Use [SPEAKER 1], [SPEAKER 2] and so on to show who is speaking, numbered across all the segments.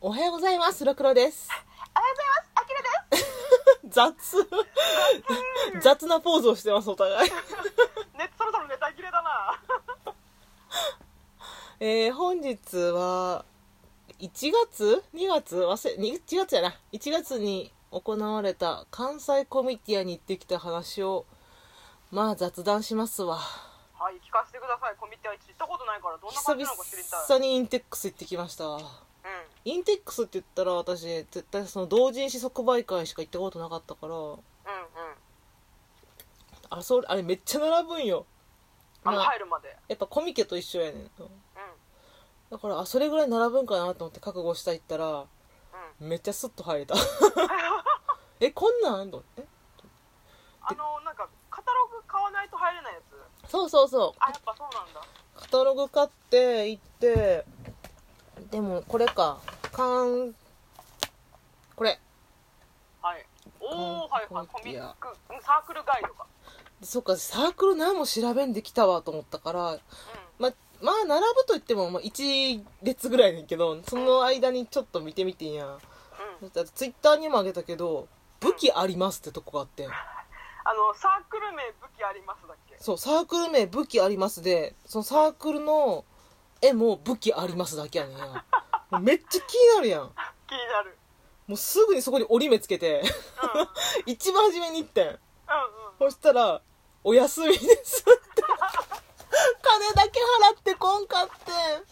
[SPEAKER 1] おはようございます、ろくろです。
[SPEAKER 2] おはようございます。あきら
[SPEAKER 1] 雑。
[SPEAKER 2] で
[SPEAKER 1] 雑なポーズをしてます、お互い。
[SPEAKER 2] す。ね、そろそろネタ切れだな。
[SPEAKER 1] えー、本日は、1月 ?2 月忘れ、1月やな。1月に行われた関西コミティアに行ってきた話を、まあ雑談しますわ。
[SPEAKER 2] はい、聞かせてください。コミティア一行ったことないから、どんな
[SPEAKER 1] 久
[SPEAKER 2] 感じなのか知りたい。
[SPEAKER 1] 々にインテックス行ってきましたわ。
[SPEAKER 2] うん。
[SPEAKER 1] インテックスって言ったら私、絶対その同人誌即売会しか行ったことなかったから、
[SPEAKER 2] うんうん。
[SPEAKER 1] あ、それ、あれめっちゃ並ぶんよ。
[SPEAKER 2] あの、
[SPEAKER 1] まあ
[SPEAKER 2] 入るまで。
[SPEAKER 1] やっぱコミケと一緒やねん。
[SPEAKER 2] うん。
[SPEAKER 1] だからあそれぐらい並ぶんかなと思って覚悟したいったら
[SPEAKER 2] うん。
[SPEAKER 1] めっちゃスッと入 れたえこんなんあんのえ
[SPEAKER 2] あの、なんか、カタログ買わないと入れないやつ。
[SPEAKER 1] そうそうそ
[SPEAKER 2] あ、やっぱそうなんだ。
[SPEAKER 1] うカタログ買って行ってでもこれかカーンこれ
[SPEAKER 2] はい。おー、はいはい。
[SPEAKER 1] コ
[SPEAKER 2] コ
[SPEAKER 1] ミ
[SPEAKER 2] ミ
[SPEAKER 1] ティ
[SPEAKER 2] ッ
[SPEAKER 1] ア
[SPEAKER 2] ク、うんサークルガイドか。
[SPEAKER 1] そっかサークル何も調べんできたわと思ったから
[SPEAKER 2] う
[SPEAKER 1] ままあ並ぶといっても、まあ、1列ぐらいだけどその間にちょっと見てみてんや
[SPEAKER 2] ん。うん。
[SPEAKER 1] ツイッターにもあげたけど武器ありますってとこがあってん
[SPEAKER 2] あの、サークル名武器ありますだっけ
[SPEAKER 1] そう、サークル名武器ありますで、そのサークルの絵も武器ありますだけやねん や。もうめっちゃ気になるやん。
[SPEAKER 2] 気になる。
[SPEAKER 1] もうすぐにそこに折り目つけて、
[SPEAKER 2] うん。 うんうん。
[SPEAKER 1] 一番初めに行ってん。
[SPEAKER 2] うん
[SPEAKER 1] そしたら、お休みですって。 金だけ払ってこんかってん。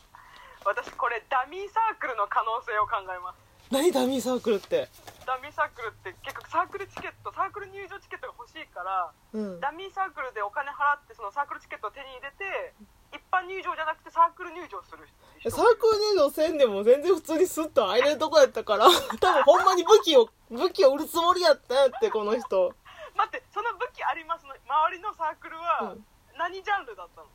[SPEAKER 2] 私、これ、ダミーサークルの可能性を考えます。
[SPEAKER 1] 何ダミーサークルって。
[SPEAKER 2] ダミーサークルって結局サークルチケットサークル入場チケットが欲しいから
[SPEAKER 1] うん。
[SPEAKER 2] ダミーサークルでお金払ってそのサークルチケットを手に入れて一般入場じゃなくてサークル入場する人
[SPEAKER 1] サークル入場せんでも全然普通にスッと入れるとこやったから、 多分ほんまに武器を、武器を売るつもりやったんやって、この人。
[SPEAKER 2] 待ってその武器ありますの周りのサークルは
[SPEAKER 1] うん
[SPEAKER 2] 何ジャンルだったの、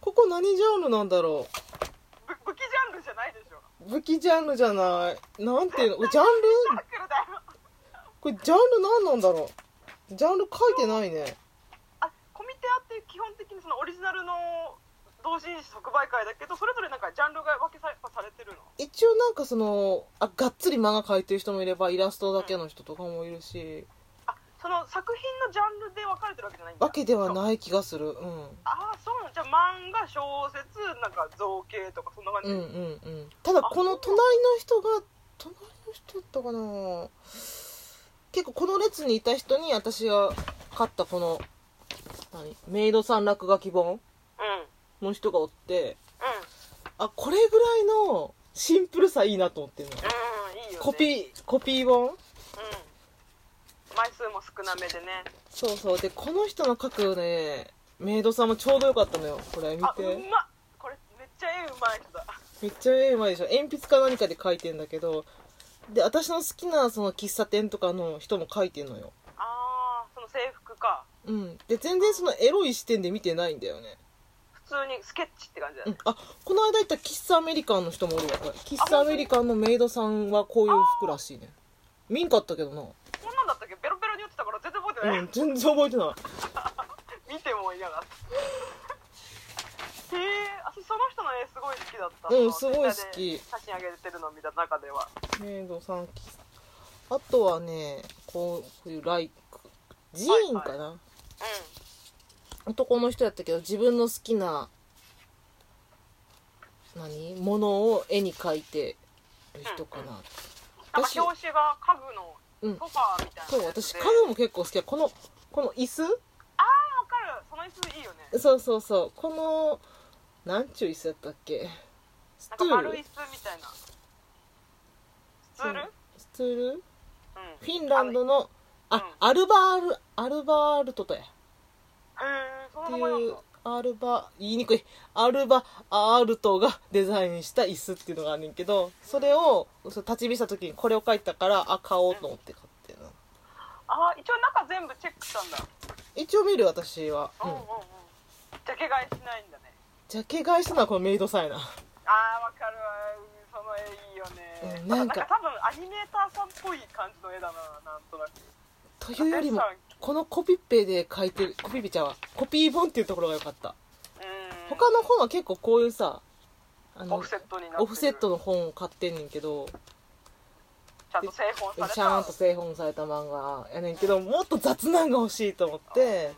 [SPEAKER 1] ここ何ジャンルなんだろう
[SPEAKER 2] ぶ武器ジャンルじゃないでしょ
[SPEAKER 1] 武器ジャンルじゃない。なんていうのこれジャンル
[SPEAKER 2] サークルだよ
[SPEAKER 1] これジャンル何なんだろうジャンル書いてないね。
[SPEAKER 2] あコミテアって基本的にそのオリジナルの同人誌即売会だけどそれぞれなんかジャンルが分けさされてるの
[SPEAKER 1] 一応なんかその、あ、がっつり漫画描いてる人もいれば、イラストだけの人とかもいるし、
[SPEAKER 2] あその作品のジャンルで分かれてるわけじゃないんだ
[SPEAKER 1] わけではいない気がする。うん。
[SPEAKER 2] ああそうなんじゃあ漫画小説なんか造形とかそんな感
[SPEAKER 1] う
[SPEAKER 2] じ、
[SPEAKER 1] んうんうん。ただこの隣の人が、隣の人だったかな結構この列にいた人に私が買ったこの、何メイドさん落書き本
[SPEAKER 2] うん
[SPEAKER 1] の人がおって、
[SPEAKER 2] うん
[SPEAKER 1] あこれぐらいのシンプルさいいなと思ってるの
[SPEAKER 2] うんいいよ、ね、
[SPEAKER 1] コピーコピー本
[SPEAKER 2] うん、枚数も少なめでね
[SPEAKER 1] そうそうでこの人の書くねメイドさんもちょうどよかったのよこれ見
[SPEAKER 2] あう
[SPEAKER 1] て
[SPEAKER 2] まっこれめっちゃ絵うまい人だ
[SPEAKER 1] めっちゃ絵うまいでしょ鉛筆か何かで書いてんだけどで私の好きなその喫茶店とかの人も書いてんのよ
[SPEAKER 2] ああその制服か
[SPEAKER 1] うんで全然そのエロい視点で見てないんだよね
[SPEAKER 2] 普通にスケッチって感じだ
[SPEAKER 1] う
[SPEAKER 2] ね、
[SPEAKER 1] ん、あこの間行った喫茶アメリカンの人もおるわこれ喫茶アメリカンのメイドさんはこういう服らしいね見んかったけどな、
[SPEAKER 2] こんなんだったっけベロベロに寄ってたから全然覚えてない、
[SPEAKER 1] うん、全然覚えてない
[SPEAKER 2] 見てもいなかったへえ私その人の絵すごい好きだった
[SPEAKER 1] うん
[SPEAKER 2] その
[SPEAKER 1] すごい
[SPEAKER 2] Twitter で
[SPEAKER 1] 好き
[SPEAKER 2] 写真あげてるの見た中では
[SPEAKER 1] メイドさんあとはねこうこういうライクジーンかな、
[SPEAKER 2] う
[SPEAKER 1] 男の人やったけど自分の好きな何ものを絵に描いてる人かな、
[SPEAKER 2] んなん
[SPEAKER 1] 私
[SPEAKER 2] か表紙が家具の
[SPEAKER 1] うん
[SPEAKER 2] ソファーみたいなやつで、
[SPEAKER 1] そう私家具も結構好きやこのこの椅子
[SPEAKER 2] わかるその椅子いいよね
[SPEAKER 1] そうそうそうこのなんちゅう椅子やったっけス
[SPEAKER 2] なん
[SPEAKER 1] ト
[SPEAKER 2] か
[SPEAKER 1] ゥー
[SPEAKER 2] 丸
[SPEAKER 1] ル
[SPEAKER 2] 椅子みたいなスツール
[SPEAKER 1] うんストゥール
[SPEAKER 2] うんへ
[SPEAKER 1] フィンランドのあ
[SPEAKER 2] うん
[SPEAKER 1] アルバールアルバールトとや
[SPEAKER 2] えそ
[SPEAKER 1] っ
[SPEAKER 2] の
[SPEAKER 1] て
[SPEAKER 2] 名前なん
[SPEAKER 1] い
[SPEAKER 2] だ
[SPEAKER 1] うアルバ言いにくいアルバアールトがデザインした椅子っていうのがあんねんけどそれをそう立ち見した時にこれを書いたからあ買おうと思って買ってるな
[SPEAKER 2] あー一応中全部チェックしたんだ
[SPEAKER 1] 一応見る私は、
[SPEAKER 2] う
[SPEAKER 1] うんん
[SPEAKER 2] うんうんジャケ買いしないんだね
[SPEAKER 1] ジャケ買いしたのはこのメイドさんやな
[SPEAKER 2] あーわかるわその絵いいよね、
[SPEAKER 1] うんなんか
[SPEAKER 2] 多分アニメーターさんっぽい感じの絵だななんとなく
[SPEAKER 1] というよりも
[SPEAKER 2] ジャケ
[SPEAKER 1] このコピッペで書いてるコピッペちゃうわコピー本っていうところが良かった
[SPEAKER 2] さんうん
[SPEAKER 1] 他の本は結構こういうさあ
[SPEAKER 2] オフセットになってる
[SPEAKER 1] オフセットの本を買ってんねんけど
[SPEAKER 2] ちゃんと製本された
[SPEAKER 1] ちゃんと製本された漫画やねんけどもっと雑なんが欲しいと思って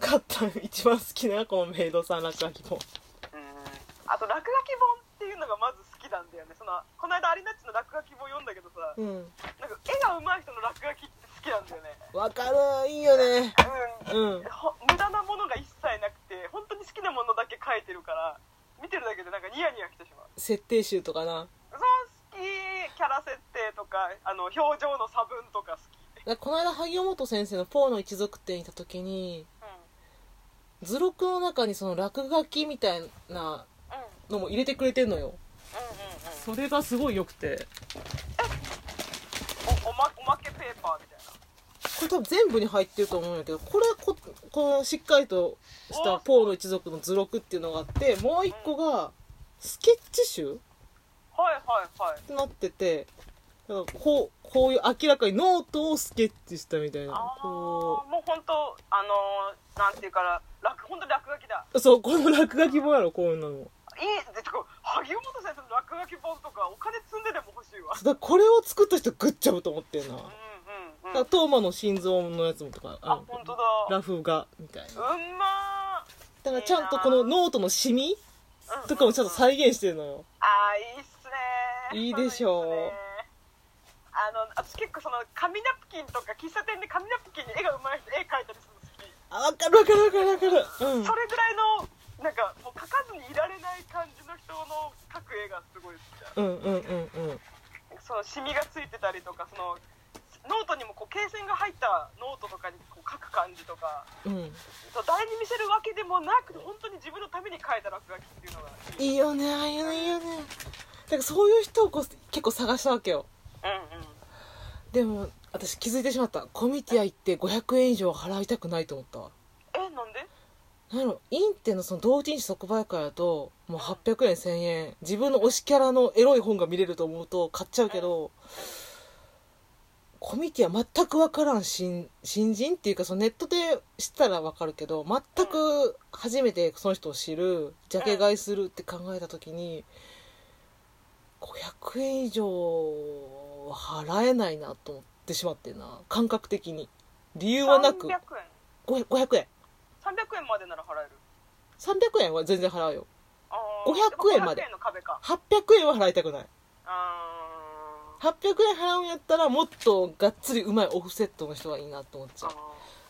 [SPEAKER 2] う
[SPEAKER 1] 買った一番好きなこのメイドさん落書きも
[SPEAKER 2] んうんうんうんあと落書き本っていうのがまず好きなんだよねそのこの間アリナッチの落書き本読んだけどさ
[SPEAKER 1] うん
[SPEAKER 2] なんか絵が上手い人の落書きって好きなんだよね
[SPEAKER 1] わかるいいよね
[SPEAKER 2] う
[SPEAKER 1] う
[SPEAKER 2] ん
[SPEAKER 1] ん
[SPEAKER 2] ほ無駄なものが一切なくて本当に好きなものだけ描いてるから見てるだけでなんかニヤニヤしてしまう
[SPEAKER 1] 設定集とかな
[SPEAKER 2] そう好きキャラ設定とかあの表情の差分とか好き、
[SPEAKER 1] だからこの間萩尾本先生の「ポーの一族」っていた時に
[SPEAKER 2] う、
[SPEAKER 1] 図録の中にその落書きみたいなん
[SPEAKER 2] うん
[SPEAKER 1] のも入れてくれてんのよ
[SPEAKER 2] うんうんうん
[SPEAKER 1] それがすごい良くて
[SPEAKER 2] おおまおまけペーパーみたいな
[SPEAKER 1] これ多分全部に入ってると思うんだけどこれここのしっかりとしたポーの一族の図録っていうのがあってもう一個がスケッチ集
[SPEAKER 2] はいはいはい
[SPEAKER 1] ってなっててだからこうこういう明らかにノートをスケッチしたみたいな
[SPEAKER 2] ああ
[SPEAKER 1] こ
[SPEAKER 2] もう本当あのー、なんていうから落本当に落書きだ
[SPEAKER 1] うそうこの落書き本やろこういうのも
[SPEAKER 2] いいでてか萩尾本先生の落書き本とかお金積んででも欲しいわ
[SPEAKER 1] だからこれを作った人グッジャブと思ってんなだ
[SPEAKER 2] う
[SPEAKER 1] か
[SPEAKER 2] んうんう
[SPEAKER 1] ら
[SPEAKER 2] ん
[SPEAKER 1] トーマの心臓のやつもとか
[SPEAKER 2] あ
[SPEAKER 1] あ
[SPEAKER 2] 本
[SPEAKER 1] る
[SPEAKER 2] 当だ
[SPEAKER 1] ラフ画みたいな
[SPEAKER 2] うんま
[SPEAKER 1] だからちゃんとこのノートのシミ
[SPEAKER 2] ー、うん
[SPEAKER 1] とかもちゃんと再現してるのよ
[SPEAKER 2] あーいいっすね
[SPEAKER 1] いいでしょう
[SPEAKER 2] そういうのいいっすねあの私結構その紙ナプキンとか喫茶店で紙ナプキンに絵がうまい人絵描いたりするの好き
[SPEAKER 1] あ分かる分かる分かる分かるうん
[SPEAKER 2] それぐらいのなんかもう描かずにいられない感じの人の描く絵がすごい好きだ
[SPEAKER 1] うんうんうんうん
[SPEAKER 2] そのシミがついてたりとかそのノートにもこう罫線が入ったノートとかにこう書く感じとか
[SPEAKER 1] うん
[SPEAKER 2] そう誰に見せるわけでもなく本当に自分のために描いた落書きっていうのがいい、
[SPEAKER 1] いいよねああいうのいいよねだからそういう人をこう結構探したわけよ
[SPEAKER 2] うんうん、
[SPEAKER 1] でも私気づいてしまったコミティア行って500円以上払いたくないと思ったわ
[SPEAKER 2] えなんで
[SPEAKER 1] なんやろインテのその同人誌即売会だともう800円1000円自分の推しキャラのエロい本が見れると思うと買っちゃうけどコミティア全く分からん新新人っていうかそのネットで知ったら分かるけど全く初めてその人を知るジャケ買いするって考えた時に500円以上は払えないなと思ってしまってんな感覚的に理由はなく
[SPEAKER 2] 300円
[SPEAKER 1] 500 500円
[SPEAKER 2] 300円までなら払える
[SPEAKER 1] 300円は全然払うよ
[SPEAKER 2] あー
[SPEAKER 1] 500円まで
[SPEAKER 2] 500円の壁か
[SPEAKER 1] 800円は払いたくない
[SPEAKER 2] あー
[SPEAKER 1] 800円払うんやったらもっとがっつりうまいオフセットの人がいいなと思っちゃ
[SPEAKER 2] あ
[SPEAKER 1] う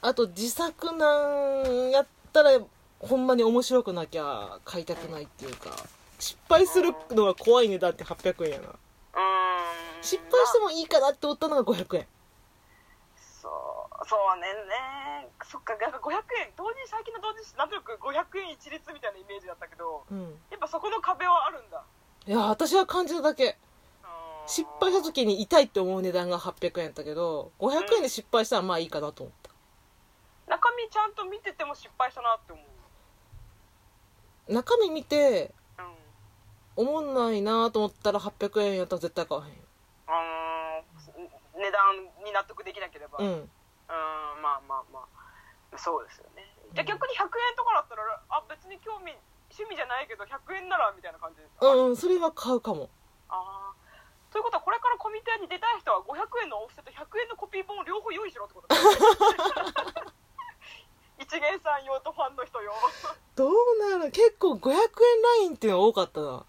[SPEAKER 1] あと自作なんやったらほんまに面白くなきゃ買いたくないっていうか失敗するのが怖い値段って800円やな
[SPEAKER 2] ーうーん
[SPEAKER 1] 失敗してもいいかなって思ったのが500円
[SPEAKER 2] そうそうねねそっかなんか500円同時最近の同時誌なんとなく500円一律みたいなイメージだったけど
[SPEAKER 1] うん
[SPEAKER 2] やっぱそこの壁はあるんだ
[SPEAKER 1] いや私は感じただけ
[SPEAKER 2] うん
[SPEAKER 1] 失敗した時に痛いって思う値段が800円やったけど500円で失敗したらまあいいかなと思った
[SPEAKER 2] 中身ちゃんと見てても失敗したなって思う
[SPEAKER 1] 中身見て
[SPEAKER 2] うん
[SPEAKER 1] 思んないなと思ったら800円やったら絶対買わへんよ
[SPEAKER 2] あー値段に納得できなければ
[SPEAKER 1] う
[SPEAKER 2] うん
[SPEAKER 1] ん
[SPEAKER 2] まあまあまあそうですよねじゃあ逆に100円とかだったらあ別に興味趣味じゃないけど100円ならみたいな感じですか、
[SPEAKER 1] うん、それは買うかも。
[SPEAKER 2] ああということはこれからコミュニティに出たい人は500円のオフセット100円のコピー本を両方用意しろってことだ 一元さん用とファンの人用
[SPEAKER 1] どうなる結構500円ラインっていうのが多かったな。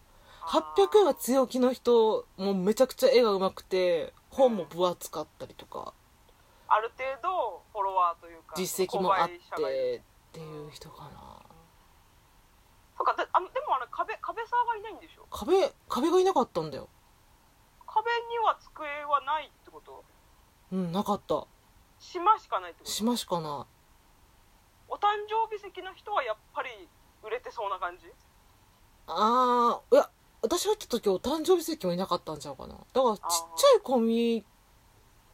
[SPEAKER 1] 800円は強気の人、もうめちゃくちゃ絵が上手くて、本も分厚かったりとか、
[SPEAKER 2] ある程度フォロワーというか
[SPEAKER 1] 実績もあっ
[SPEAKER 2] 購買者がいる
[SPEAKER 1] てっていう人かな。
[SPEAKER 2] そうかであのでもあれ壁壁さんがいないんでしょ
[SPEAKER 1] 壁、壁がいなかったんだよ。
[SPEAKER 2] 壁には机はないってこと
[SPEAKER 1] うん、なかった。
[SPEAKER 2] 島しかないってこと
[SPEAKER 1] 島しかな
[SPEAKER 2] お誕生日席の人はやっぱり売れてそうな感じ
[SPEAKER 1] い。あー、いや、私が来た時お誕生日席もいなかったんちゃうかな。だからちっちゃいコミュニ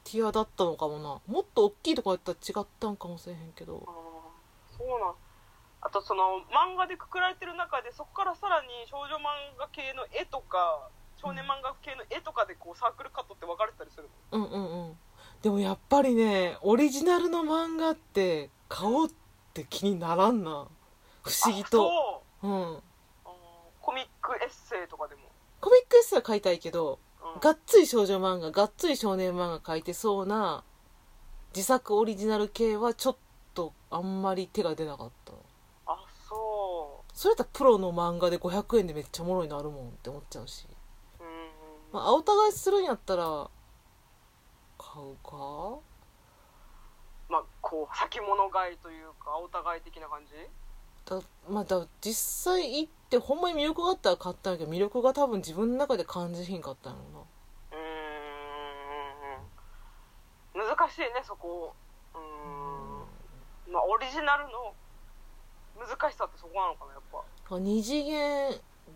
[SPEAKER 1] ティアだったのかもな。もっと大きいとこやったら違ったんかもしれへんけど
[SPEAKER 2] あ。ーそうなんあとその漫画でくくられてる中でそこからさらに少女漫画系の絵とか少年漫画系の絵とかでこうサークルカットって分かれてたりするの
[SPEAKER 1] うんうんうんでもやっぱりねオリジナルの漫画って買おうって気にならんな不思議と
[SPEAKER 2] あ
[SPEAKER 1] うん
[SPEAKER 2] そうあーコミックエッセイとかでも
[SPEAKER 1] コミックエッセイは買いたいけど
[SPEAKER 2] うんうん
[SPEAKER 1] がっつり少女漫画がっつり少年漫画書いてそうな自作オリジナル系はちょっとあんまり手が出なかった
[SPEAKER 2] あそ
[SPEAKER 1] それだったらプロの漫画で500円でめっちゃおもろいのあるもんって思っちゃうし、
[SPEAKER 2] ううんうん
[SPEAKER 1] まあ、お互いするんやったら買うか
[SPEAKER 2] まあこう先物買いというかお互い的な感じ
[SPEAKER 1] だまあだ実際行ってほんまに魅力があったら買ったんやけど魅力が多分自分の中で感じひんかったんやろな
[SPEAKER 2] うーん難しいねそこうーんまあオリジナルの難しさってそこなのかなやっぱ
[SPEAKER 1] 2次元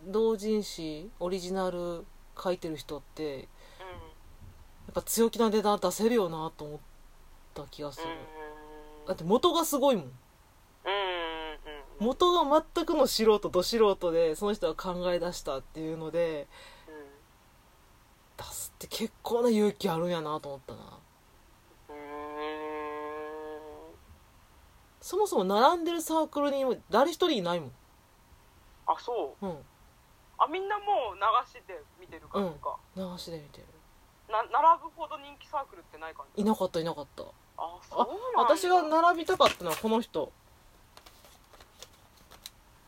[SPEAKER 1] 同人誌オリジナル書いてる人ってや
[SPEAKER 2] うん
[SPEAKER 1] っぱ強気な値段出せるよなと思った気がする、だって元がすごいもん
[SPEAKER 2] うんうんうんうん
[SPEAKER 1] 元が全くの素人ど素人でその人が考え出したっていうので出すって結構な勇気あるんやなと思ったな
[SPEAKER 2] うんうん
[SPEAKER 1] そもそも並んでるサークルに誰一人いないもん
[SPEAKER 2] あそう
[SPEAKER 1] うん
[SPEAKER 2] あみんなもう流しで見てる感じか、
[SPEAKER 1] 流しで見てる
[SPEAKER 2] な並ぶほど人気サークルってない感じ
[SPEAKER 1] いなかったいなかった
[SPEAKER 2] あそう
[SPEAKER 1] あ
[SPEAKER 2] なんだ
[SPEAKER 1] 私が並びたかったのはこの人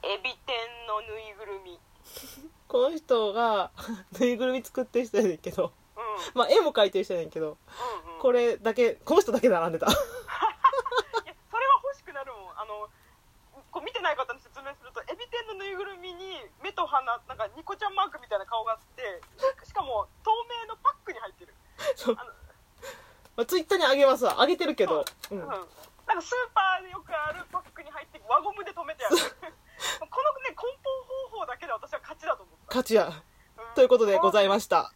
[SPEAKER 2] エビ天のぬいぐるみ
[SPEAKER 1] この人が ぬいぐるみ作ってる人やねんけど
[SPEAKER 2] うん
[SPEAKER 1] まあ絵も描いてる人やねんけど
[SPEAKER 2] うんうん
[SPEAKER 1] これだけこの人だけ並んでた
[SPEAKER 2] いやそれは欲しくなるもんあのこう見てない方に説明するとエビ天のぬいぐるみに目と鼻なんかニコちゃんマークみたいな顔があってしかも透明のパックに入ってる、
[SPEAKER 1] そうまあ、ツイッターにあげますわあげてるけど、う
[SPEAKER 2] うんん、なんかスーパーでよくあるパックに入って輪ゴムで止め てあるこのね梱包方法だけで私は勝ちだと思った、
[SPEAKER 1] 勝ちや
[SPEAKER 2] うん
[SPEAKER 1] ということでござい
[SPEAKER 2] ま
[SPEAKER 1] ました